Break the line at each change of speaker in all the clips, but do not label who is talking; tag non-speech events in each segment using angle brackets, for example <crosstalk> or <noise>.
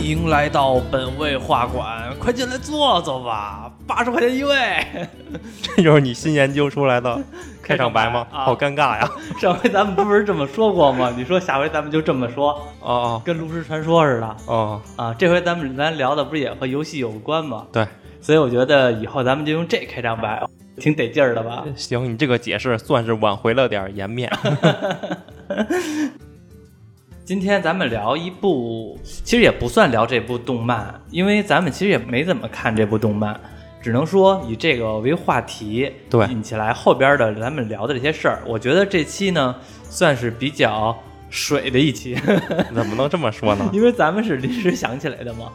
迎来到本位画馆，快进来坐坐吧，八十块钱一位。 <laughs>
这 <laughs> 就是你新研究出来的开场白吗？
开场白啊
好尴尬
<laughs>
呀！
上回咱们不是这么说过吗？你说下回咱们就这么说，
哦
跟炉石传说似的
哦哦，
啊。这回咱们咱聊的不是也和游戏有关吗？
对，
所以我觉得以后咱们就用这开场白，挺得劲儿的吧？
行，你这个解释算是挽回了点颜
<laughs>
面。
今天咱们聊一部，其实也不算聊这部动漫，因为咱们其实也没怎么看这部动漫，只能说以这个为话题，
对
引起来后边的咱们聊的这些事儿。我觉得这期呢，算是比较水的一期，
怎么能这么说
<laughs>
呢？
因为咱们是临时想起来的嘛。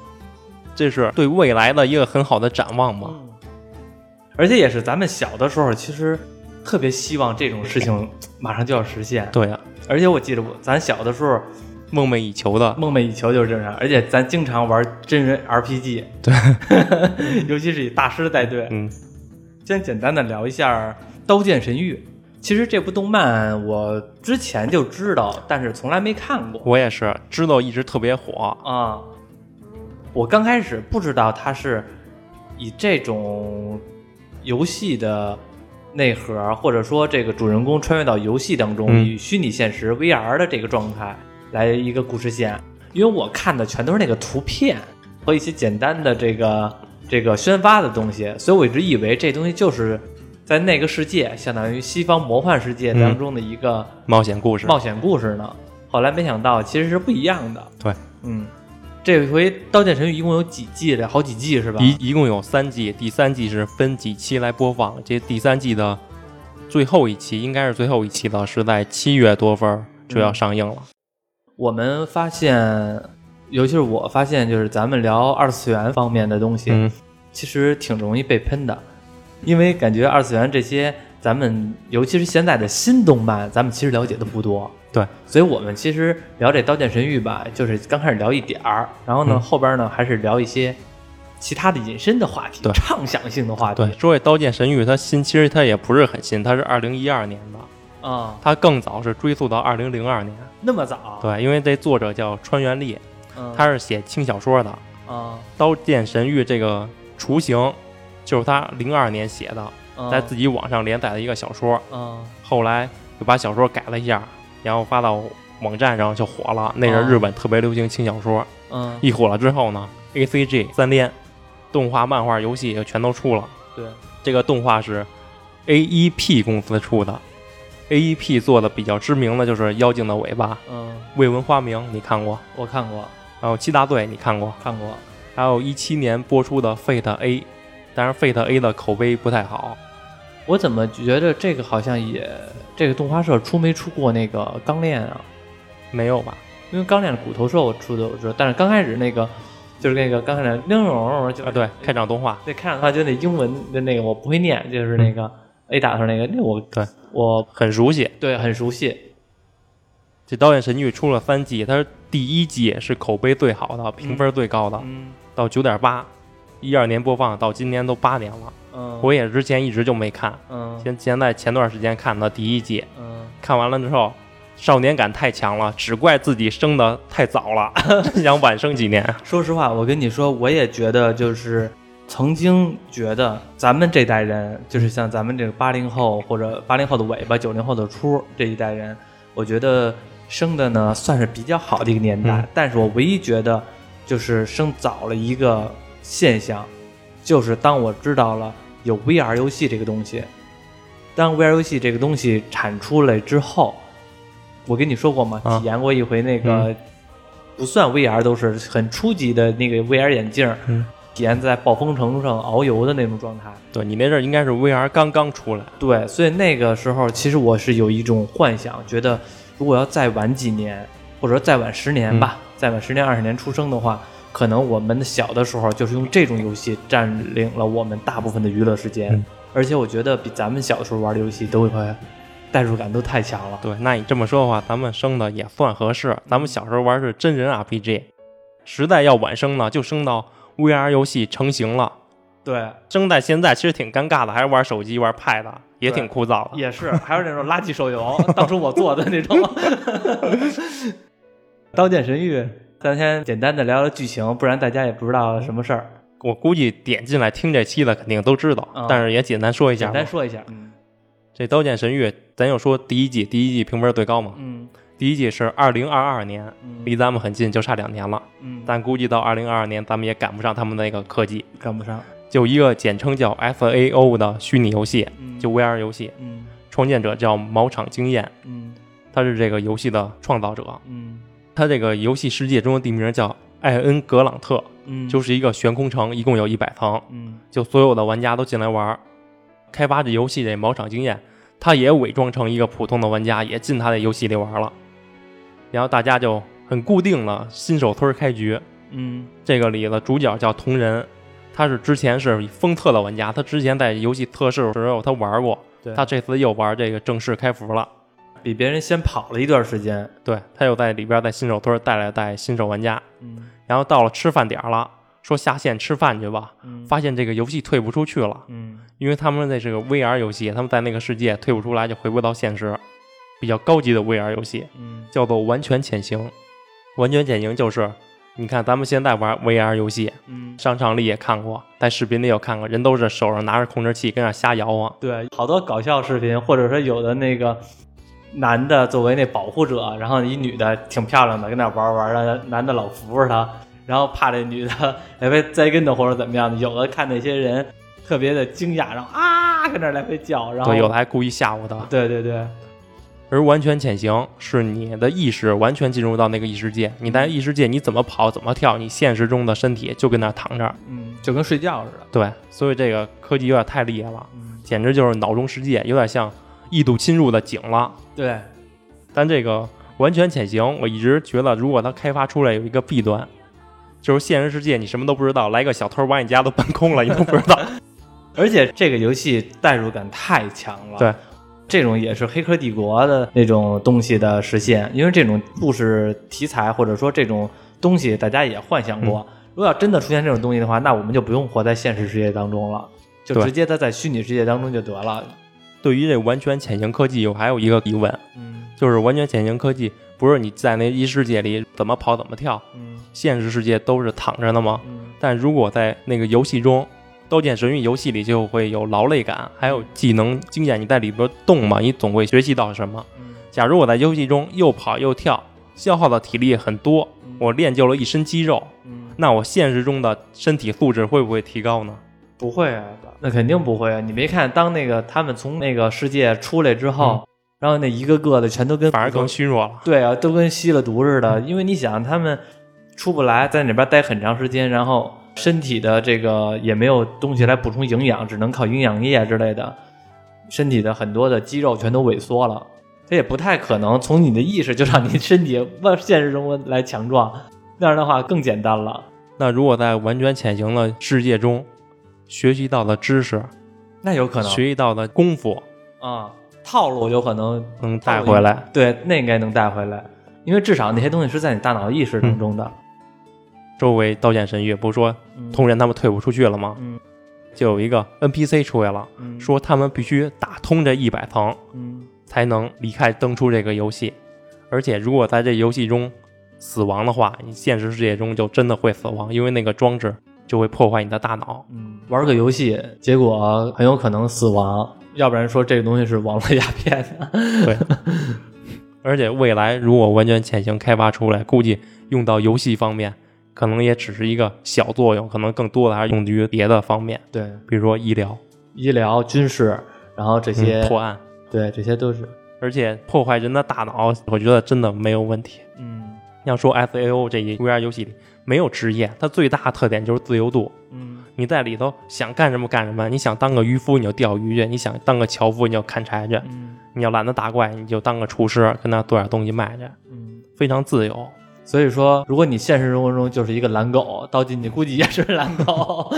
这是对未来的一个很好的展望嘛？
嗯，而且也是咱们小的时候，其实特别希望这种事情马上就要实现。
对呀、
而且我记得我咱小的时候
梦寐以求的。
梦寐以求就是这样，而且咱经常玩真人 RPG，对， <laughs> 尤其是以大师带队。
嗯，
先简单的聊一下《刀剑神域》。其实这部动漫我之前就知道，但是从来没看过
我也是知道一直特别火。
啊。我刚开始不知道它是以这种游戏的内核，或者说这个主人公穿越到游戏当中，
嗯
以虚拟现实 VR 的这个状态来一个故事线。因为我看的全都是那个图片和一些简单的这个这个宣发的东西，所以我一直以为这东西就是在那个世界，相当于西方魔幻世界当中的一个
冒险故事，
冒险故事呢。后来没想到其实是不一样的。
对，
嗯，这回《刀剑神域》一共有几季来？好几季是吧？
一一共有三季，第三季是分几期来播放。这第三季的最后一期，应该是最后一期了，是在七月多份儿就
嗯
要上映了。
我们发现，尤其是我发现，就是咱们聊二次元方面的东西，
嗯，
其实挺容易被喷的，因为感觉二次元这些，咱们尤其是现在的新动漫，咱们其实了解的不多。
对，
所以我们其实聊这《刀剑神域》吧，就是刚开始聊一点儿，然后呢，
嗯
后边呢还是聊一些其他的引申的话题
对、
畅想性的话题。
对，啊说这《刀剑神域》，它新其实它也不是很新，它是二零一二年的，
啊、
它更早是追溯到二零零二年。
那么早，
对，因为这作者叫川原丽，
嗯，
他是写轻小说的，《
啊，
刀剑神域》这个雏形就是他零二年写的，
嗯
在自己网上连载的一个小说，
嗯
后来就把小说改了一下，然后发到网站上就火了。那阵
哦
儿日本特别流行轻小说，
嗯，
一火了之后呢，A C G 三连，动画、漫画、游戏也全都出了。
对，
这个动画是 A E P 公司出的，A E P 做的比较知名的就是《妖精的尾巴》《
嗯，
未闻花名》，你看过？
我看过，
然后《七大罪》你看过？
看过，
还有一七年播出的《Fate A》，当然《Fate A》的口碑不太好。
我怎么觉得这个好像也这个动画社出没出过那个钢炼啊？
没有吧？
因为钢炼骨头兽出的我知道，但是刚开始那个就是那个刚开始玲珑就
啊，对，开场动画
那看的话就那英文的那个我不会念，就是那个、A 打头那个那我
嗯对
我
很熟悉。
对很熟悉，
这《刀剑神域》出了三季，它第一季是口碑最好的，评分最高的，
嗯
到九点八。一二年播放到今年都八年了，
嗯
我也之前一直就没看，
嗯
现现在前段时间看的第一季，
嗯
看完了之后，少年感太强了，只怪自己生的太早了， <laughs> 想晚生几年。
说实话，我跟你说，我也觉得就是曾经觉得咱们这代人，就是像咱们这个八零后或者八零后的尾巴、九零后的初这一代人，我觉得生的呢算是比较好的一个年代。
嗯
但是我唯一觉得就是生早了一个现象，就是当我知道了有 VR 游戏这个东西，当 VR 游戏这个东西产出来之后，我跟你说过吗？
啊嗯
体验过一回那个、不算 VR，都是很初级的那个 VR 眼镜，
嗯
体验在暴风城上遨游的那种状态。
对你那阵儿应该是 VR 刚刚出来，
对，所以那个时候其实我是有一种幻想，觉得如果要再晚几年，或者说再晚十年吧，再晚十年二十年出生的话，可能我们的小的时候就是用这种游戏占领了我们大部分的娱乐时间，
嗯
而且我觉得比咱们小的时候玩的游戏都会代入感都太强了。
对，那你这么说的话，咱们生的也算合适。咱们小时候玩是真人 RPG，实在要晚生呢，就生到 VR 游戏成型了。
对，
生在现在其实挺尴尬的，还是玩手机玩 Pad，也
对
挺枯燥的。
也是，还有那种垃圾 <laughs> 手游，当初我做的那种。《刀剑神域》咱先简单的聊聊剧情，不然大家也不知道什么事儿。
我估计点进来听这期的肯定都知道，
嗯
但是也简单说一下
简
吧。
单说一下，嗯
这《刀剑神域》，咱就说第一季，第一季评分最高嘛。
嗯
第一季是二零二二年，
嗯
离咱们很近，就差两年了。
嗯，
但估计到二零二二年，咱们也赶不上他们那个科技。
赶不上，
就一个简称叫 FAO 的虚拟游戏，
嗯
就 VR 游戏，
嗯
创建者叫毛场经验，
嗯
他是这个游戏的创造者。
嗯
他这个游戏世界中的地名叫艾恩格朗特，
嗯，
就是一个悬空城，一共有一百层，
嗯
就所有的玩家都进来玩儿。开发这游戏这毛场经验，他也伪装成一个普通的玩家，也进他的游戏里玩儿了。然后大家就很固定了新手村开局，
嗯
这个里的主角叫同人，他是之前是封测的玩家，他之前在游戏测试的时候他玩过
对，
他这次又玩这个正式开服了。
比别人先跑了一段时间，
对他又在里边在新手村带了带新手玩家，
嗯
然后到了吃饭点儿了，说下线吃饭去吧，
嗯
发现这个游戏退不出去了，
嗯
因为他们那是个 VR 游戏，他们在那个世界退不出来就回归到现实，比较高级的 VR 游戏
嗯
叫做完全潜行。完全潜行就是，你看咱们现在玩 VR 游戏，
嗯，
商场里也看过，在视频里有看过，人都是手上拿着控制器跟那瞎摇晃。
对，好多搞笑视频，或者说有的那个。男的作为那保护者，然后一女的挺漂亮的，跟那玩儿玩儿，让男的老扶着她，然后怕这女的来回栽跟头或者怎么样的。有的看那些人特别的惊讶，然后啊跟那儿来回叫，然后
对，有的还故意吓唬他。
对对对，
而完全潜行是你的意识完全进入到那个异世界，你在异世界你怎么跑怎么跳，你现实中的身体就跟那儿躺着。
嗯，就跟睡觉似的。
对，所以这个科技有点太厉害了，
嗯，
简直就是脑中世界，有点像异度侵入的井了。
对，
但这个完全潜行，我一直觉得如果它开发出来有一个弊端，就是现实世界你什么都不知道，来个小偷把你家都搬空了，你都不知道。
而且这个游戏代入感太强了。
对，
这种也是《黑客帝国》的那种东西的实现，因为这种故事题材或者说这种东西，大家也幻想过。
嗯
如果要真的出现这种东西的话，那我们就不用活在现实世界当中了，就
对
直接它在虚拟世界当中就得了。
对于这完全潜行科技，我还有一个疑问，
嗯
就是完全潜行科技不是你在那异世界里怎么跑怎么跳，
嗯
现实世界都是躺着的吗？
嗯
但如果在那个游戏中，《刀剑神域》游戏里就会有劳累感，还有技能经验，你在里边动嘛，你总会学习到什么。
嗯
假如我在游戏中又跑又跳，消耗的体力很多，我练就了一身肌肉，
嗯，
那我现实中的身体素质会不会提高呢？
不会啊，那肯定不会啊！你没看当那个他们从那个世界出来之后，
嗯
然后那一个个的全都跟
反而
普通
更虚
<laughs>
弱了。
对啊，都跟吸了毒似的。因为你想，他们出不来，在那边待很长时间，然后身体的这个也没有东西来补充营养，只能靠营养液之类的，身体的很多的肌肉全都萎缩了。它也不太可能从你的意识就让你身体 <laughs> 往现实中来强壮，那样的话更简单了。
那如果在完全潜行的世界中，学习到的知识、
那有可能
学习到的功夫
啊、套路有可能
能带回来，
对，那应该能带回来，因为至少那些东西是在你大脑意识当中的。
周围刀剑神域不是说
嗯
同人他们退不出去了吗？
嗯
就有一个 NPC 出来了，
嗯
说他们必须打通这一百层
嗯
才能离开登出这个游戏，而且如果在这游戏中死亡的话，你现实世界中就真的会死亡，因为那个装置就会破坏你的大脑。
嗯，玩个游戏，结果很有可能死亡，要不然说这个东西是网络鸦片。 <laughs>
对，而且未来如果完全潜行开发出来，估计用到游戏方面，可能也只是一个小作用，可能更多的还是用于别的方面，
对，
比如说医疗、
医疗、军事，然后这些，
嗯破案，
对，这些都是，
而且破坏人的大脑，我觉得真的没有问题。
嗯
要说 F A O 这一 VR 游戏里没有职业，它最大的特点就是自由度。
嗯
你在里头想干什么干什么，你想当个渔夫你就钓鱼去，你想当个樵夫你就砍柴去，
嗯
你要懒得打怪你就当个厨师，跟那做点东西卖去，
嗯。
非常自由。
所以说，如果你现实生活中就是一个懒狗，到进去估计也是懒狗。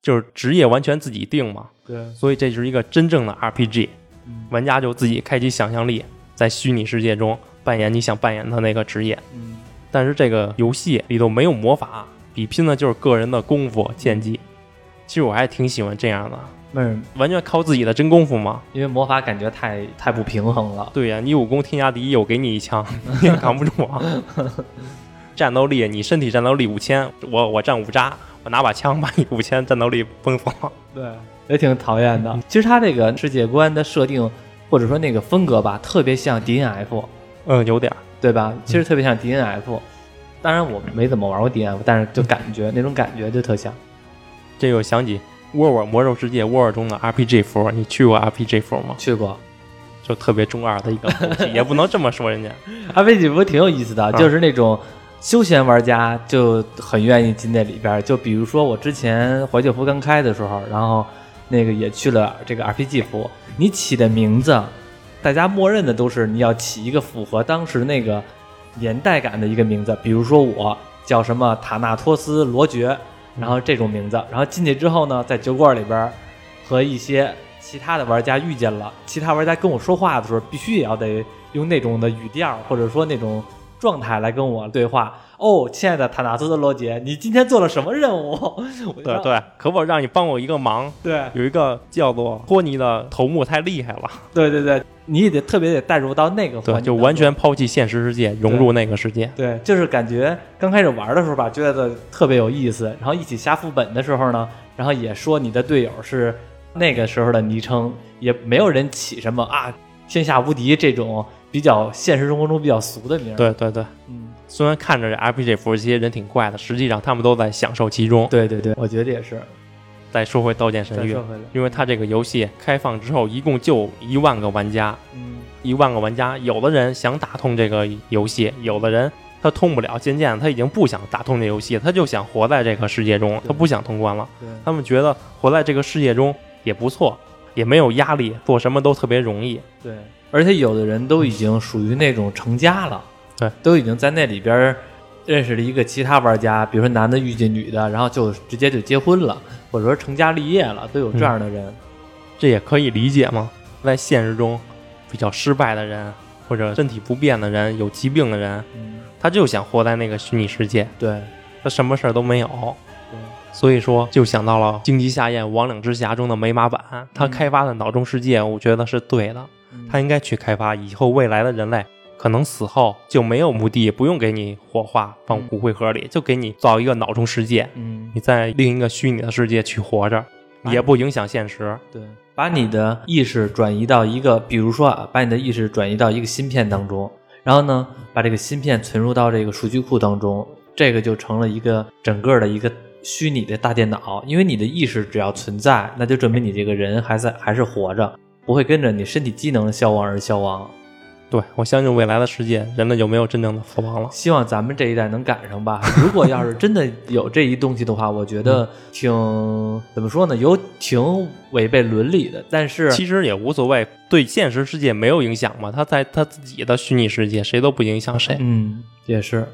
就是职业完全自己定嘛，
<laughs> 对，
所以这是一个真正的 RPG，
嗯
玩家就自己开启想象力，在虚拟世界中扮演你想扮演的那个职业。
嗯
但是这个游戏里头没有魔法，比拼的就是个人的功夫、剑技。其实我还挺喜欢这样的，
嗯，
完全靠自己的真功夫嘛。
因为魔法感觉太太不平衡了。
对呀、你武功天下第一，我给你一枪，你也扛不住啊。战斗力，你身体战斗力五千，我我占五渣，我拿把枪把你五千战斗力崩死了。
对，嗯也挺讨厌的。其实它这个世界观的设定，或者说那个风格吧，特别像 D N F，
嗯，有点儿。
对吧？其实特别像 D N F、当然我没怎么玩过 D N F，但是就感觉那种感觉就特像。
这又想起《沃尔魔兽世界》沃尔中的 RPG 服，你去过 RPG 服吗？
去过
就特别中二的一个
<laughs>
服务器，也不能这么说人家。
阿飞几不挺有意思的，啊就是那种休闲玩家就很愿意进那里边儿。就比如说我之前怀旧服刚开的时候，然后那个也去了这个 RPG 服，你起的名字，大家默认的都是你要起一个符合当时那个年代感的一个名字，比如说我叫什么塔纳托斯罗爵，然后这种名字，然后进去之后呢，在酒馆里边儿和一些其他的玩家遇见了，其他玩家跟我说话的时候，必须也要得用那种的语调或者说那种状态来跟我对话。哦，亲爱的塔纳托斯罗杰，你今天做了什么任务？我
对
说
对，可不让你帮我一个忙。
对
有一个叫做托尼的头目太厉
<laughs>
害了，
对对对，你也得特别得带入到那个环
对，
境
就
当
完
中
全抛弃现实世界，融入那个世界。
对，就是感觉刚开始玩的时候吧，觉得特别有意思。然后一起下副本的时候呢，然后也说你的队友是那个时候的昵称，也没有人起什么啊“天下无敌”这种比较现实生活中比较俗的名儿。，
对对对，
嗯，
虽然看着这 RPG 服务器人挺怪的，实际上他们都在享受其中。
对对对，我觉得也是。
再说回《刀剑神
再
域
说》，回来，
因为它这个游戏开放之后，一共就一万个玩家，
嗯，
一万个玩家，有的人想打通这个游戏，有的人他通不了，渐渐地他已经不想打通这游戏，他就想活在这个世界中了，
对
他不想通关了。
对，
他们觉得活在这个世界中也不错，也没有压力，做什么都特别容易。
对，而且有的人都已经属于那种成家了，
对，
都已经在那里边儿认识了一个其他玩家，比如说男的遇见女的，然后就直接就结婚了，或者说成家立业了，都有这样的人。
这也可以理解嘛。在现实中，比较失败的人，或者身体不便的人，有疾病的人，
嗯，
他就想活在那个虚拟世界，
对，
他什么事儿都没有。
嗯
所以说，就想到了《荆棘下咽》《亡岭之峡》中的美马版，他
嗯
开发的脑中世界，我觉得是对的，他应该去开发。以后未来的人类可能死后就没有墓地，不用给你火化放
嗯
骨灰盒里，就给你造一个脑中世界，
嗯，
你在另一个虚拟的世界去活着，
把
也
你
不影响现实。
对，把你的意识转移到一个，比如说啊，把你的意识转移到一个芯片当中，然后呢，把这个芯片存入到这个数据库当中，这个就成了一个整个的一个虚拟的大电脑。因为你的意识只要存在，那就证明你这个人还在，还是活着，不会跟着你身体机能消亡而消亡。
对我相信未来的世界，人类就没有真正的死亡了。
希望咱们这一代能赶上吧。如果要是真的有这一东西的话，我觉得
嗯
挺怎么说呢，有挺违背伦理的，但是
其实也无所谓，对现实世界没有影响嘛。他在他自己的虚拟世界，谁都不影响谁。
嗯，也是，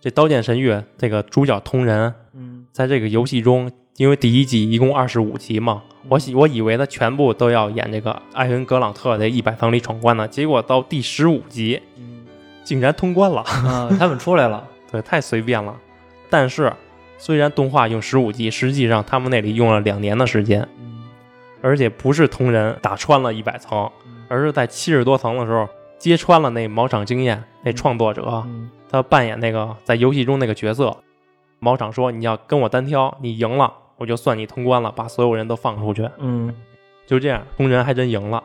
这《刀剑神域》这个主角通人，
嗯
在这个游戏中，因为第一季一共二十五集嘛，我以我以为他全部都要演这个艾伦·格朗特的一百层里闯关呢，结果到第十五集
嗯
竟然通关了，
<laughs>
<laughs>
啊，他们出来了，
对，太随便了。但是虽然动画用十五集，实际上他们那里用了两年的时间，
嗯
而且不是同人打穿了一百层，而是在七十多层的时候揭穿了那毛场经验那创作者，啊
嗯
他扮演那个在游戏中那个角色。毛场说：“你要跟我单挑，你赢了，我就算你通关了，把所有人都放出去。
嗯”
就这样，工人还真赢了，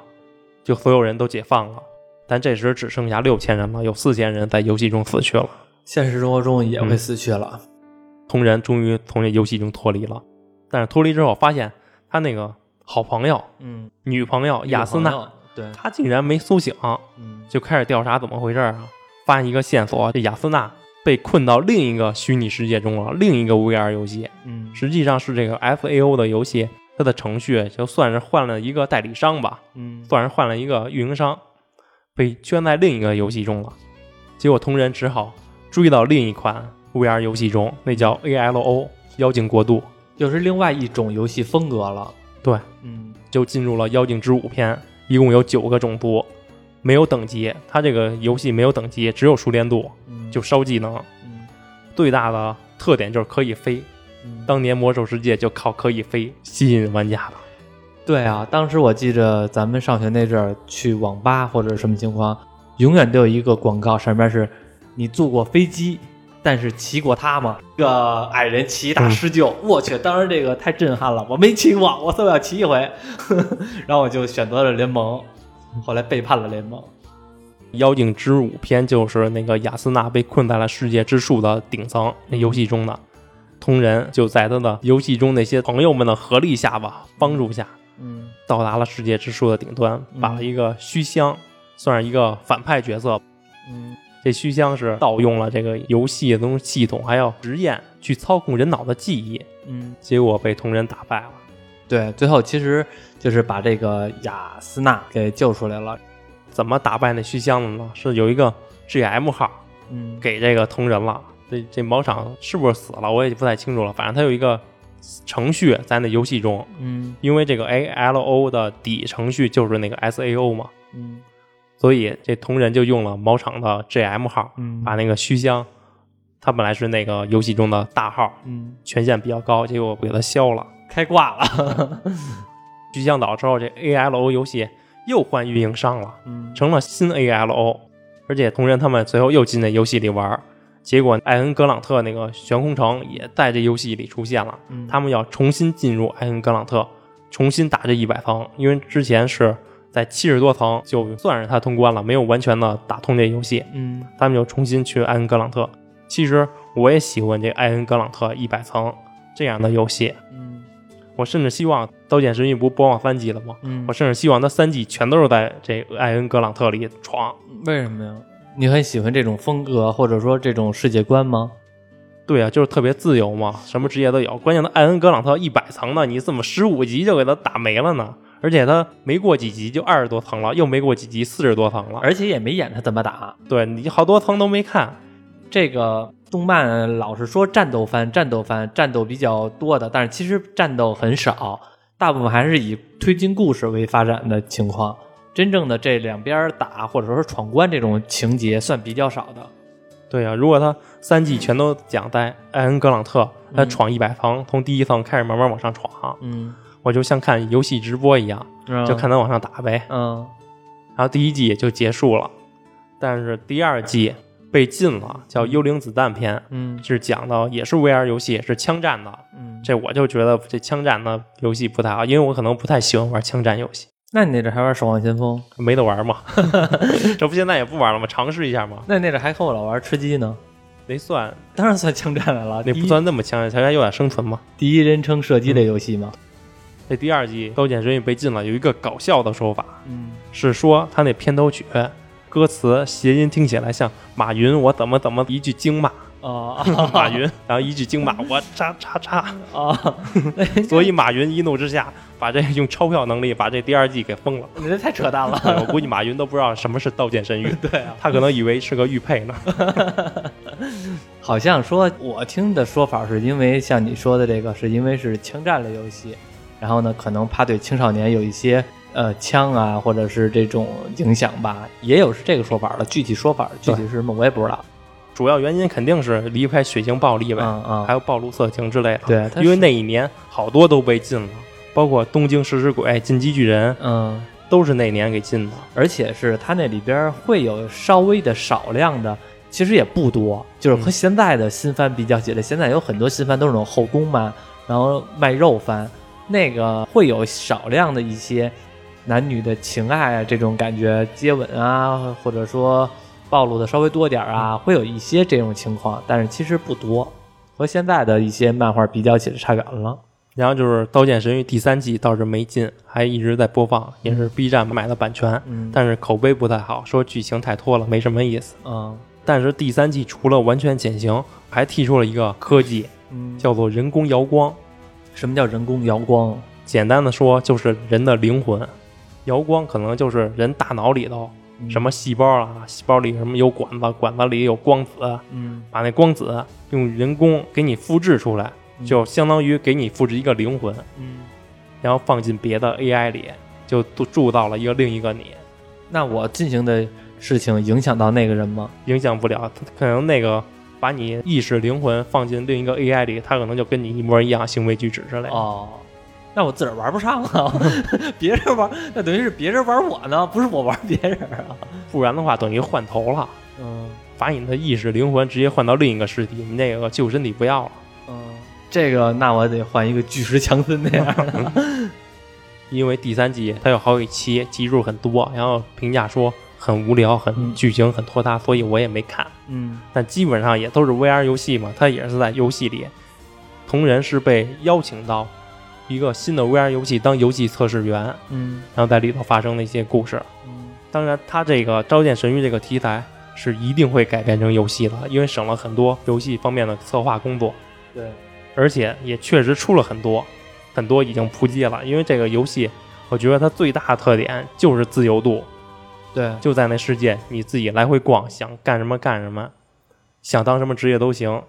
就所有人都解放了。但这时只剩下六千人了，有四千人在游戏中死去了。
现实生活中也
嗯
会死去了，
同人终于从这游戏中脱离了，但是脱离之后发现他那个好朋友、
<laughs> 嗯，
女朋友雅斯娜，
有朋友，对，
她竟然没苏醒，
嗯
就开始调查怎么回事儿啊，发现一个线索，这雅斯娜被困到另一个虚拟世界中了，另一个 VR 游戏，
嗯
实际上是这个 FAO 的游戏，它的程序就算是换了一个代理商吧，
嗯
算是换了一个运营商，被圈在另一个游戏中了。结果同人只好追到另一款 VR 游戏中，那叫 ALO 妖精国度，
又是另外一种游戏风格了，
对，
嗯
就进入了妖精之舞篇，一共有九个种族，没有等级，它这个游戏没有等级，只有熟练度，
嗯
就烧技能。
嗯
最大的特点就是可以飞，
嗯
当年魔兽世界就靠可以飞吸引玩家了。
对啊，当时我记着咱们上学那阵儿去网吧或者什么情况，永远都有一个广告，上面是“你坐过飞机，但是骑过它吗？”这个矮人骑一大狮鹫，我去，当时这个太震撼了，我没骑过，我说我要骑一回，然后我就选择了联盟，后来背叛了联盟。
《妖精之舞》篇就是那个雅斯娜被困在了世界之树的顶层那游戏中的通人，就在他的游戏中那些朋友们的合力下吧，帮助下，
嗯
到达了世界之树的顶端，
嗯
把一个虚香，算是一个反派角色。
嗯
这虚香是盗用了这个游戏中系统，还有实验去操控人脑的记忆，
嗯，
结果被同人打败了。
对，最后其实就是把这个雅斯娜给救出来了。
怎么打败那虚香的呢？是有一个 GM 号
嗯，
给这个同人了，这这毛场是不是死了？我也不太清楚了。反正它有一个程序在那游戏中，
嗯
因为这个 ALO 的底程序就是那个 SAO 嘛，
嗯
所以这同人就用了毛场的 GM 号，
嗯
把那个虚香，他本来是那个游戏中的大号，
嗯
权限比较高，结果给它消了。
开挂了。 <laughs>
虚香岛之后，这 ALO 游戏又换运营商了。
嗯
成了新 ALO，而且同人他们随后又进那游戏里玩儿，结果艾恩格朗特那个悬空城也在这游戏里出现了，
嗯
他们要重新进入艾恩格朗特，重新打这一百层，因为之前是在七十多层就算是他通关了，没有完全的打通这游戏，
嗯
他们就重新去艾恩格朗特。其实我也喜欢这艾恩格朗特一百层这样的游戏，
嗯
我甚至希望《刀剑神域》不播放三季了吗？
嗯
我甚至希望它三季全都是在这艾恩格朗特里闯。
为什么呀？你很喜欢这种风格，或者说这种世界观吗？
对啊，就是特别自由嘛，什么职业都有。关键他艾恩格朗特一百层呢，你怎么十五级就给他打没了呢？而且他没过几级就二十多层了，又没过几级四十多层了。
而且也没演他怎么打。
对你好多层都没看，
这个动漫老是说战斗番、战斗番、战斗比较多的，但是其实战斗很少，大部分还是以推进故事为发展的情况。真正的这两边打或者说是闯关这种情节算比较少的。
对啊，如果他三季全都讲在艾恩格朗特，他闯一百层，从第一层开始慢慢往上闯，
嗯，
我就像看游戏直播一样，就看他往上打呗。
嗯
然后第一季也就结束了，但是第二季被禁了，叫《幽灵子弹篇》。
嗯
是讲到也是 VR 游戏，是枪战的。
嗯，
这我就觉得这枪战的游戏不太好，因为我可能不太喜欢玩枪战游戏，
那你那阵还玩《守望先锋》？
没得玩嘛。 <laughs> 这不现在也不玩了吗？尝试一下嘛。
那那阵还和我老玩吃鸡呢，
没算，
当然算枪战来了，
那不算那么枪战，枪战有点生存嘛。
第一人称射击类游戏嘛。
这第二季《刀剑神域》被禁了，有一个搞笑的说法
嗯
是说他那片头曲歌词谐音听起来像马云，我怎么怎么一句惊 <laughs> 骂
哦
马云，然后一句惊骂我叉叉叉。
<laughs> 哦，
所以马云一怒之下，把这用钞票能力把这第二季给封了。
你这太扯淡
<laughs>
了。
哎对我估计马云都不知道什么是刀剑神域，
<laughs> 对啊，
他可能以为是个玉佩呢。
好像说我听的说法是因为像你说的这个，是因为是枪战类游戏，然后呢，可能怕对青少年有一些呃枪啊，或者是这种影响吧，也有是这个说法的。具体说法具体是什么我也不知道。
主要原因肯定是离不开血腥暴力呗，啊
嗯嗯
还有暴露色情之类的。啊
对它是
因为那一年好多都被禁了，包括《东京食尸鬼》《进击巨人》
嗯，
都是那年给禁的。
而且是它那里边会有稍微的少量的，其实也不多，就是和现在的新番比较起来，现在有很多新番都是那种后宫番，然后卖肉番，那个会有少量的一些男女的情爱啊这种感觉，接吻啊，或者说暴露的稍微多点儿啊，会有一些这种情况，但是其实不多，和现在的一些漫画比较起来差远了。
然后就是《刀剑神域》第三季倒是没禁，还一直在播放，也是 B 站买的版权，
嗯
但是口碑不太好，说剧情太拖了，没什么意思。
嗯
但是第三季除了完全减刑，还提出了一个科技，
嗯，
叫做人工摇光。
什么叫人工摇光？
简单的说，就是人的灵魂。摇光可能就是人大脑里头
嗯
什么细胞啊，细胞里什么有管子，管子里有光子，
嗯
把那光子用人工给你复制出来，
嗯
就相当于给你复制一个灵魂，
嗯。
然后放进别的 AI 里，就铸铸造了一个另一个你。
那我进行的事情影响到那个人吗？
影响不了，可能那个把你意识灵魂放进另一个 AI 里，它可能就跟你一模一样行为举止之类的。
哦，那我自个儿玩不上啊， <laughs> 别人玩，那等于是别人玩我呢，不是我玩别人啊。
不然的话，等于换头了，
嗯
把你的意识灵魂直接换到另一个尸体，你那个旧身体不要了。
嗯，这个那我得换一个巨石强森那样的。
因为第三季它有好几期，集数很多，然后评价说很无聊，很
嗯
剧情很拖沓，所以我也没看。
<laughs> 嗯
但基本上也都是 VR 游戏嘛，它也是在游戏里，同人是被邀请到一个新的 VR 游戏当游戏测试员，然
嗯
后在里头发生的一些故事。
嗯
当然，它这个《召见神域》这个题材是一定会改编成游戏的，因为省了很多游戏方面的策划工作，
对，
而且也确实出了很多，很多已经扑街了。因为这个游戏，我觉得它最大的特点就是自由度，
对，
就在那世界，你自己来回逛，想干什么干什么，想当什么职业都行。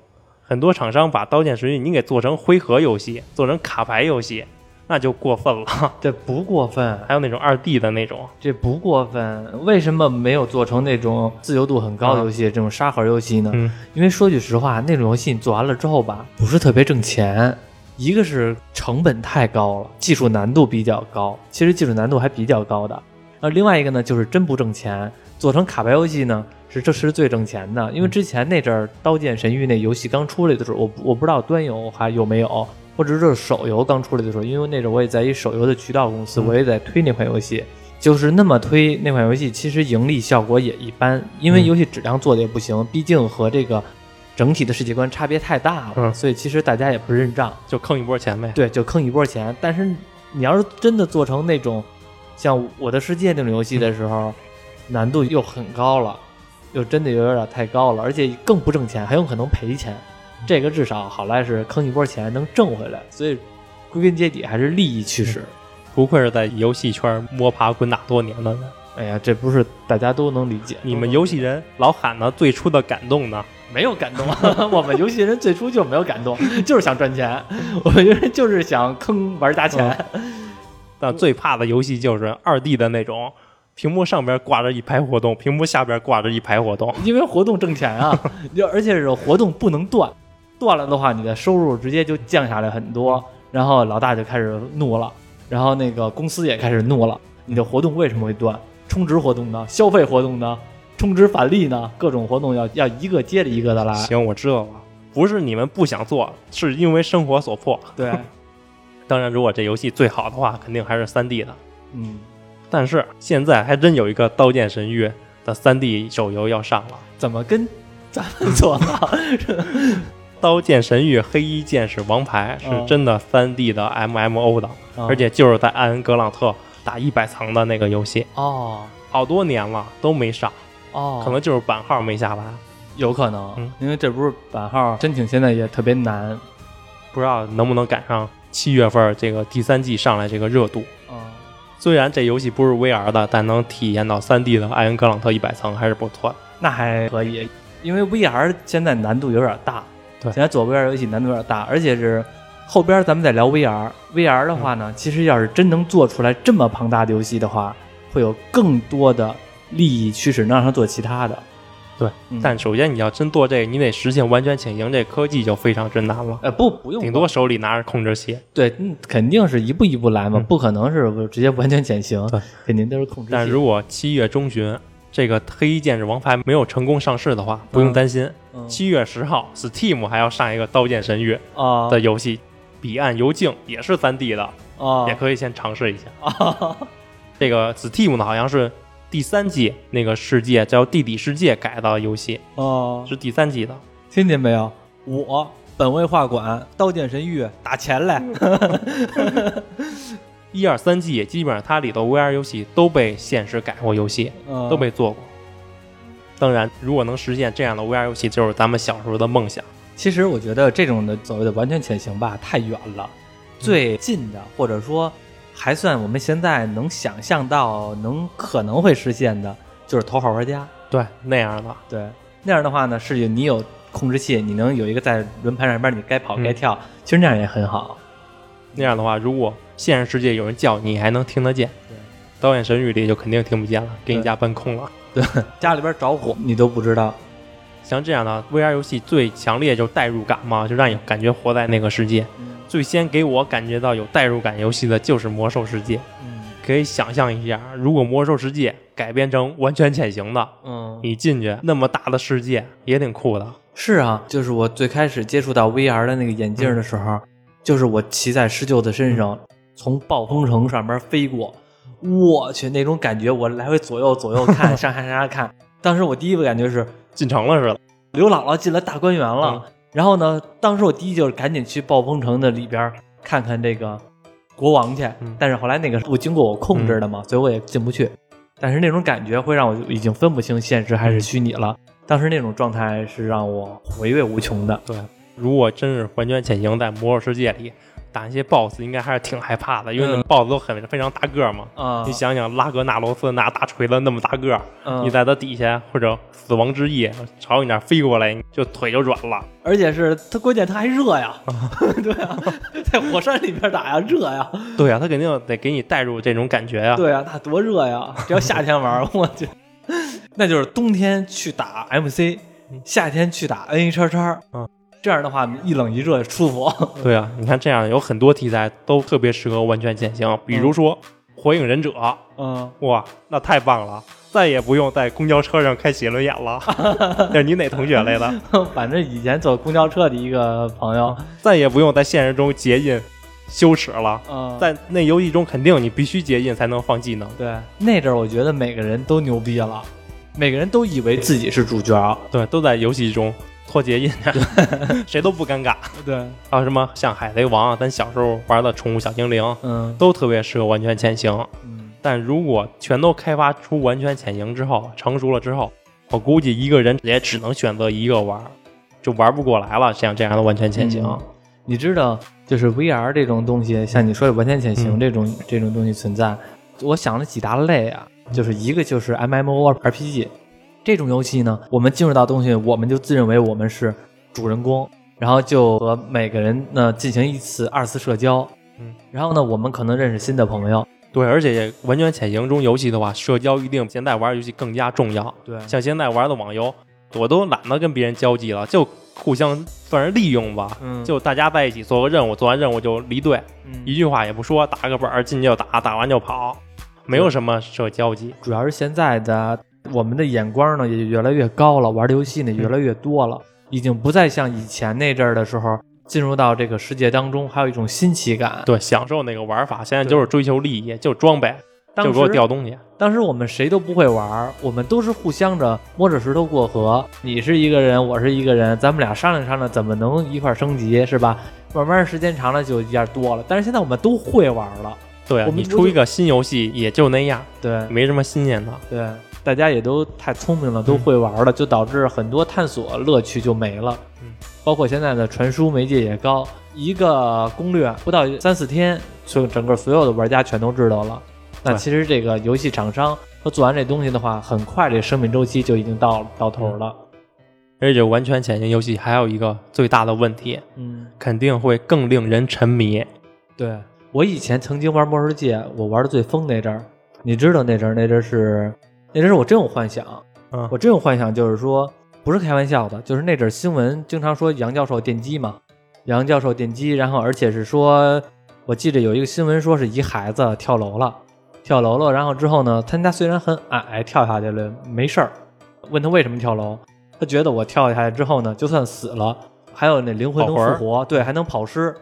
很多厂商把《刀剑神域》你给做成回合游戏，做成卡牌游戏，那就过分了。 <laughs>
这不过分，
还有那种二 D 的那种，
这不过分。为什么没有做成那种自由度很高的游戏，这种沙盒游戏呢？
嗯，
因为说句实话，那种游戏你做完了之后吧，不是特别挣钱。一个是成本太高了，技术难度比较高，其实技术难度还比较高的。呃，另外一个呢，就是真不挣钱。做成卡牌游戏呢，是这是最挣钱的，因为之前那阵儿《刀剑神域》那游戏刚出来的时候，我不我不知道端游还有没有，或者是手游刚出来的时候，因为那阵儿我也在一手游的渠道公司，
嗯
我也在推那款游戏，就是那么推那款游戏，其实盈利效果也一般，因为
嗯
游戏质量做的也不行，毕竟和这个整体的世界观差别太大了，
嗯
所以其实大家也不认账，
就坑一波钱呗。
对，就坑一波钱。但是你要是真的做成那种像《我的世界》那种游戏的时候，
嗯
难度又很高了，又真的有点太高了，而且更不挣钱，还有可能赔钱。
嗯
这个至少好赖是坑一波钱能挣回来，所以归根结底还是利益驱
嗯
使。
不愧是在游戏圈摸爬滚打多年的人。
哎呀，这不是大家都能理解。
你们游戏人老喊呢，最初的感动呢，
没有感动， <laughs> 我们游戏人最初就没有感动， <laughs> 就是想赚钱， <laughs> 我们人就是想坑玩家钱。
嗯但最怕的游戏就是二 D 的那种，屏幕上边挂着一排活动，屏幕下边挂着一排活动。
因为活动挣钱
<laughs>
啊，就而且是活动不能断，断了的话，你的收入直接就降下来很多。然后老大就开始怒了，然后那个公司也开始怒了，
嗯
你的活动为什么会断？充值活动呢？消费活动呢？充值返利呢？各种活动要要一个接着一个的来。
行，我知道了，不是你们不想做，是因为生活所迫。
对，
当然，如果这游戏最好的话，肯定还是三 D 的。
<laughs> 嗯，
但是现在还真有一个《刀剑神域》的三 D 手游要上了，
怎么跟咱们做的？
《刀剑神域：黑衣剑士王牌》是
嗯
真的三 D 的 MMO 的， <laughs>
哦
而且就是在艾恩格朗特打一百层的那个游戏，
哦
好多年了都没上，
哦，
可能就是版号没下来，
有可能，
嗯
因为这不是版号申请现在也特别难。
不知道能不能赶上七月份这个第三季上来这个热度。
嗯，
虽然这游戏不是 VR 的，但能体验到 3D 的艾恩格朗特一百层还是不错的。
那还可以，因为 VR 现在难度有点大，
对
现在做 VR 游戏难度有点大，而且是后边咱们再聊 VR。VR 的话呢，
嗯
其实要是真能做出来这么庞大的游戏的话，会有更多的利益驱使能让它做其他的。
对，
嗯
但首先你要真做这个，你得实现完全潜行，这科技就非常之难了。
呃不不用
顶多手里拿着控制器，
对，嗯肯定是一步一步来嘛，
嗯
不可能是直接完全减刑
对，
肯定都是控制器。
但如果七月中旬这个《黑衣剑士王牌》没有成功上市的话，不用担心。
嗯
七月十号，Steam 还要上一个《刀剑神域》
啊
的游戏，《彼岸游境》也是 3D 的，
啊
也可以先尝试一下。 <laughs>
啊
这个 Steam 呢，好像是第三季那个世界叫《地底世界》改的游戏，
啊！
是第三季的。
听见没有？啊我本位画馆《刀剑神域》打钱来。
一二三季基本上它里头 VR 游戏都被现实改过游戏，
嗯
都没做过。当然，如果能实现这样的 VR 游戏，就是咱们小时候的梦想。
其实我觉得这种的所谓的完全潜行吧，太远了。
嗯
最近的，或者说还算我们现在能想象到能可能会实现的，就是头号玩家。
对，那样的
对，那样的话呢，是有你有控制器，你能有一个在轮盘上边，你该
嗯
跑该跳，其实那样也很好。
那样的话，如果现实世界有人叫你，你还能听得见。
对
《导演神域》里就肯定听不见了，给你家搬空了。
对，家里边着火你都不知道。
像这样的 VR 游戏最强烈就是代入感嘛，就让你感觉活在那个世界。最先给我感觉到有代入感游戏的就是《魔兽世界》，
嗯
可以想象一下，如果《魔兽世界》改编成完全潜行的，
嗯，
你进去那么大的世界也挺酷的。
是啊，就是我最开始接触到 VR 的那个眼镜的时候，就是我骑在施救的身上，从暴风城上面飞过，我去那种感觉，我来回左右左右看，上下上下看。当时我第一个感觉是
进城了似的，
刘姥姥进了大观园了，然后呢，当时我第一就是赶紧去暴风城的里边看看这个国王去，
嗯
但是后来那个不经过我控制的嘛，所以我也进不去。但是那种感觉会让我已经分不清现实还是虚拟了，当时那种状态是让我回味无穷的。
对，如果真是完全潜行在魔兽世界里打一些 BOSS，应该还是挺害怕的，因为那
嗯
BOSS 都很非常大个儿嘛。
啊，
你想想，拉格纳罗斯拿大锤子那么大个儿，
嗯
你在他底下或者死亡之翼朝你那儿飞过来，你就腿就软了。
而且是它，关键它还热 <laughs> 呀，对啊，在火山里边打呀，热呀，
对啊，他肯定得给你带入这种感觉
<laughs>
啊。
对啊，那多热呀！只要夏天玩儿，我去， <laughs> 那就是冬天去打 MC，夏天去打 N H 叉，
嗯，
这样的话一冷一热也舒服。
对啊，你看这样有很多题材都特别适合完全潜行，比如说《火影忍者》，
嗯，
哇，那太棒了，再也不用在公交车上开写轮眼了。那是你哪同学来的？
<laughs> 反正以前坐公交车的一个朋友，
再也不用在现实中结印羞耻了。
嗯，
在那游戏中，肯定你必须结印才能放技能。
对那阵儿，我觉得每个人都牛逼了，每个人都以为自己是主角。
对，都在游戏中脱结印， <laughs> 谁都不尴尬。
对，
还有什么像海贼王啊，咱小时候玩的宠物小精灵，
嗯
都特别适合完全潜行。
嗯，
但如果全都开发出完全潜行之后，成熟了之后，我估计一个人也只能选择一个玩儿，就玩不过来了。像这样的完全潜行，
嗯你知道，就是 VR 这种东西，像你说的完全潜行
嗯
这种、这种东西存在，我想了几大类啊，
嗯
就是一个就是 MMORPG 这种游戏呢，我们进入到东西，我们就自认为我们是主人公，然后就和每个人呢进行一次二次社交，
嗯，
然后呢，我们可能认识新的朋友，
对，而且完全潜行中游戏的话，社交一定现在玩游戏更加重要。
对
像现在玩的网游，我都懒得跟别人交际了，就互相算是利用吧。
嗯
就大家在一起做个任务，做完任务就离队，一句话也不说，打个本儿进去就打，打完就跑，没有什么社交级。
主要是现在的我们的眼光呢也越来越高了，玩的游戏
嗯
呢也越来越多了，已经不再像以前那阵儿的时候，进入到这个世界当中还有一种新奇感。
对，享受那个玩法，现在就是追求利益，就是装备，
当
就
时
给我掉东西。
当时我们谁都不会玩儿，我们都是互相着摸着石头过河。你是一个人，我是一个人，咱们俩商量商量怎么能一块儿升级，是吧？慢慢时间长了就一样多了，但是现在我们都会玩儿了，
对啊
我，们
你
不
出
就
一个新游戏也就那样，
对
没什么新鲜的。
对，大家也都太聪明了，都会玩儿了，就导致很多探索乐趣就没了。
嗯，
包括现在的传输媒介也高，一个攻略不到三四天，就整个所有的玩家全都知道了。那
对
其实这个游戏厂商他做完这东西的话，很快这生命周期就已经到到头了。
而且完全潜行游戏还有一个最大的问题，
嗯，
肯定会更令人沉迷。
对我以前曾经玩《魔兽世界》，我玩的最疯那阵儿，你知道那阵儿那阵儿是那阵儿是我真有幻想，
嗯
我真有幻想就是说不是开玩笑的，就是那阵儿新闻经常说杨教授电击嘛，杨教授电击，然后而且是说，我记得有一个新闻说是一孩子跳楼了，跳楼了，然后之后呢，他家虽然很矮，跳下去了没事儿，问他为什么跳楼，他觉得我跳下去之后呢，就算死了，还有那灵魂能
跑魂儿
复活，对，还能跑尸。